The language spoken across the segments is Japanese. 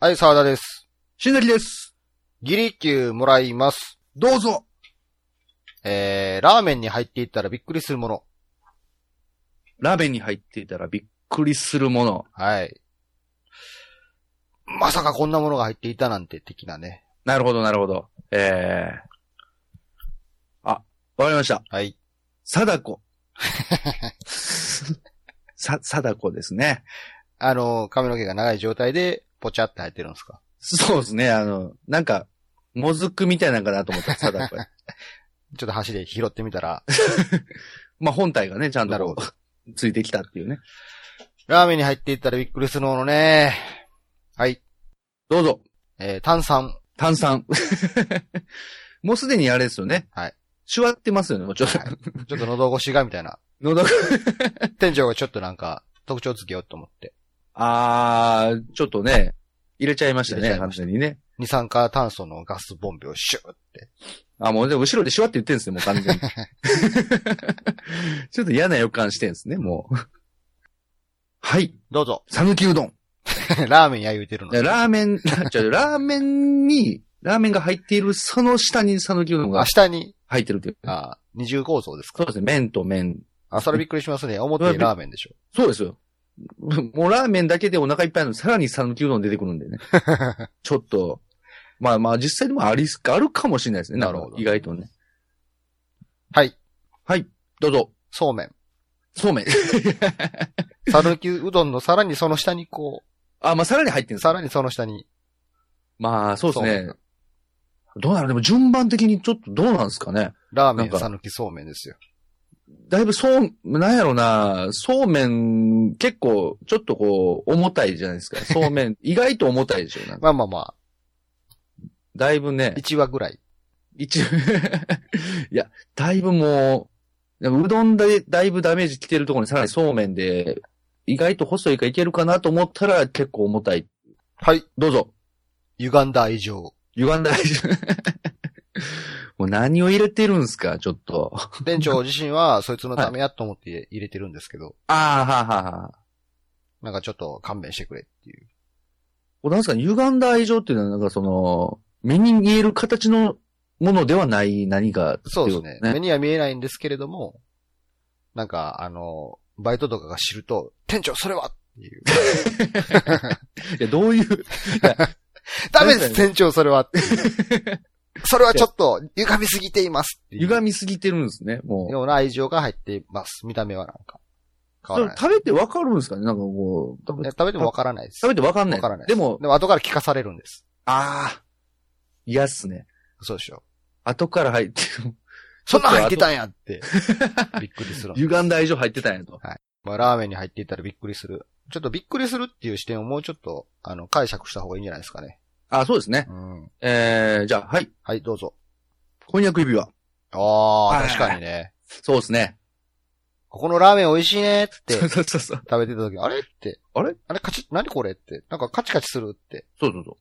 はい、沢田です。新崎です。ギリ級もらいます。どうぞ。えー、ラーメンに入っていったらびっくりするもの。ラーメンに入っていたらびっくりするもの。はい。まさかこんなものが入っていたなんて的なね。なるほど、なるほど。ええあ、わかりました。はい。貞子。さ、貞子ですね。あの、髪の毛が長い状態で、ポチャって入ってるんですかそうですね。あの、なんか、もずくみたいなんかなと思った、貞子。ちょっと箸で拾ってみたら、まあ、本体がね、ちゃんなるとほどこうついてきたっていうね。ラーメンに入っていったらびっくりするものね。はい。どうぞ。えー、炭酸。炭酸。もうすでにあれですよね。はい。シュワってますよね、もうちょっと。ちょっと喉越しがみたいな。喉が店長がちょっとなんか、特徴つけようと思って。あー、ちょっとね、入れちゃいました入れちね、ゃい完ました全にね。二酸化炭素のガスボンベをシューって。あ、もうでも後ろでシュワって言ってんですね、もう完全に。 ちょっと嫌な予感してんですね、もう。はい、どうぞ。 讃岐うどん。ラーメンや言うてるのに。ラーメン、 ラじゃあラーメンに、ラーメンが入っている、その下に讃岐うどん明が日に、入ってるという。ああ、二重構造ですそかうですね、麺と麺。あ、それびっくりしますね。表にラーメンでしょ。そうですよ。もうラーメンだけでお腹いっぱいなのに、さらに讃岐うどん出てくる んでね。ちょっと、まあまあ実際でもあり、あるかもしれないですね。なるほど意外とね。はい。はい。どうぞ。そうめん。そうめん。さぬきうどんのさらにその下にこ あ、まあ、さらに入ってんう、ですかさらにその下に。まあ、そうですそうめんね。どうなるでも順番的にちょっとどうなんですかね。ラーメなんン、かさぬきそうめんですよ。だいぶそう、なんやろな、そうめん、結構、ちょっとこう、重たいじゃない ですか。そうめん、意外と重たいでしょ。なんかまあまあまだいぶあ、ね、 1話ぐらい。 一 応、いや、だいぶもう、でもうどんでだいぶダメージ来てるところにさらにそうめんで、意外と細いからいけるかなと思ったら結構重たい。はい。どうぞ。歪んだ愛情。歪んだ もう何を入れてるんすか、ちょっと。店長自身は、そいつのためやと思って入れてるんですけど、ああ、はあはあはあ。なんかちょっと勘弁してくれっていう。これなんすか、歪んだ愛情っていうのは、なんかその、目に見える形のものではない何かっていそうこですとね。目には見えないんですけれども、なんか、あの、バイトとかが知ると、店長それはっていう。いや、どういう、ダメです、確か店長それはっていう。 それはちょっと、歪みすぎていますっていう。歪みすぎてるんですね、もう。ような愛情が入っています。見た目はなんか。変わそれらない。食べてわかるんですかねなんかこう、食いやべ食べてもわからないです。食べてわかんない。わからないでも、でも後から聞かされるんです。ああ、嫌っすね。そうでしょ。後から入って、そんなん入ってたんやって。びっくりするんです。歪んだ愛情入ってたんやと。まあ、ラーメンに入っていたらびっくりする。ちょっとびっくりするっていう視点をもうちょっと、あの、解釈した方がいいんじゃないですかね。あそうですね。うん。えー、じゃあ、はい。はい、どうぞ。こんにゃく指輪。あはあ、い確かにね。そうですね。ここのラーメン美味しいねっつってそうそうそうそう。食べてた時、あれって。あれあれカチッ、何これって。なんかカチカチするって。そうそうそ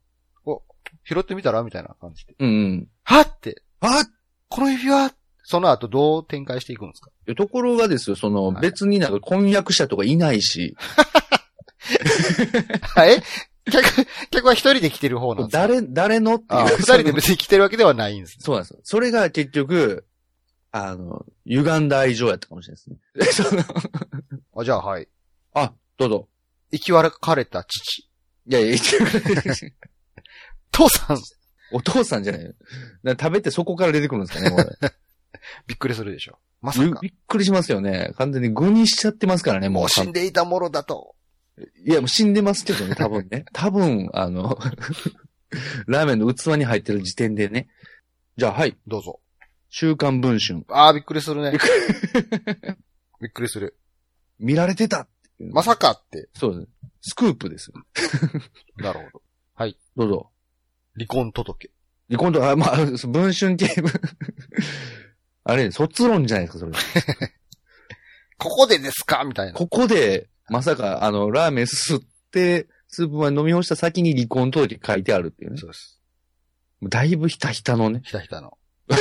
拾ってみたらみたいな感じで。う。うんうん。はっって。あこの指輪その後どう展開していくんですかところがですよ、その、はい別になんか婚約者とかいないし、 はい客、客は一人で来てる方なんですか誰、誰のってあ いあう。二人で別に来てるわけではないんです。そうなんですよ。それが結局、あの、歪んだ愛情やったかもしれないですね。そのあじゃあはい。あ、どうぞ。生き別れた父。いやいや、一応父さん、 お父さんじゃないよ。な食べてそこから出てくるんですかね、これびっくりするでしょ。まさか。びっくりしますよね。完全に具にしちゃってますからね、ももう。う死んでいたものだと。いや、もう死んでますけどね、多分 ね。多分、あの、ラーメンの器に入ってる時点でね。じゃあ、はい。どうぞ。週刊文春。ああ、びっくりする ね。びっくりする。見られてたまさかって。そうです。スクープですよ。なるほど。どうぞ。離婚届。で、今度は、まあ、文春系、 あれ、卒論じゃないですか、それ。ここでですかみたいな。ここで、まさか、あの、ラーメンすすって、スープまで飲み干した先に離婚届書いてあるっていうね。そうです。もうだいぶひたひたのね。ひたひたの。出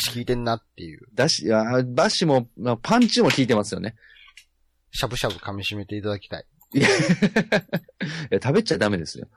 し聞いてんなっていう。だし、あバシも、まあパンチも効いてますよね。しゃぶしゃぶ噛み締めていただきたい。いやいや食べちゃダメですよ。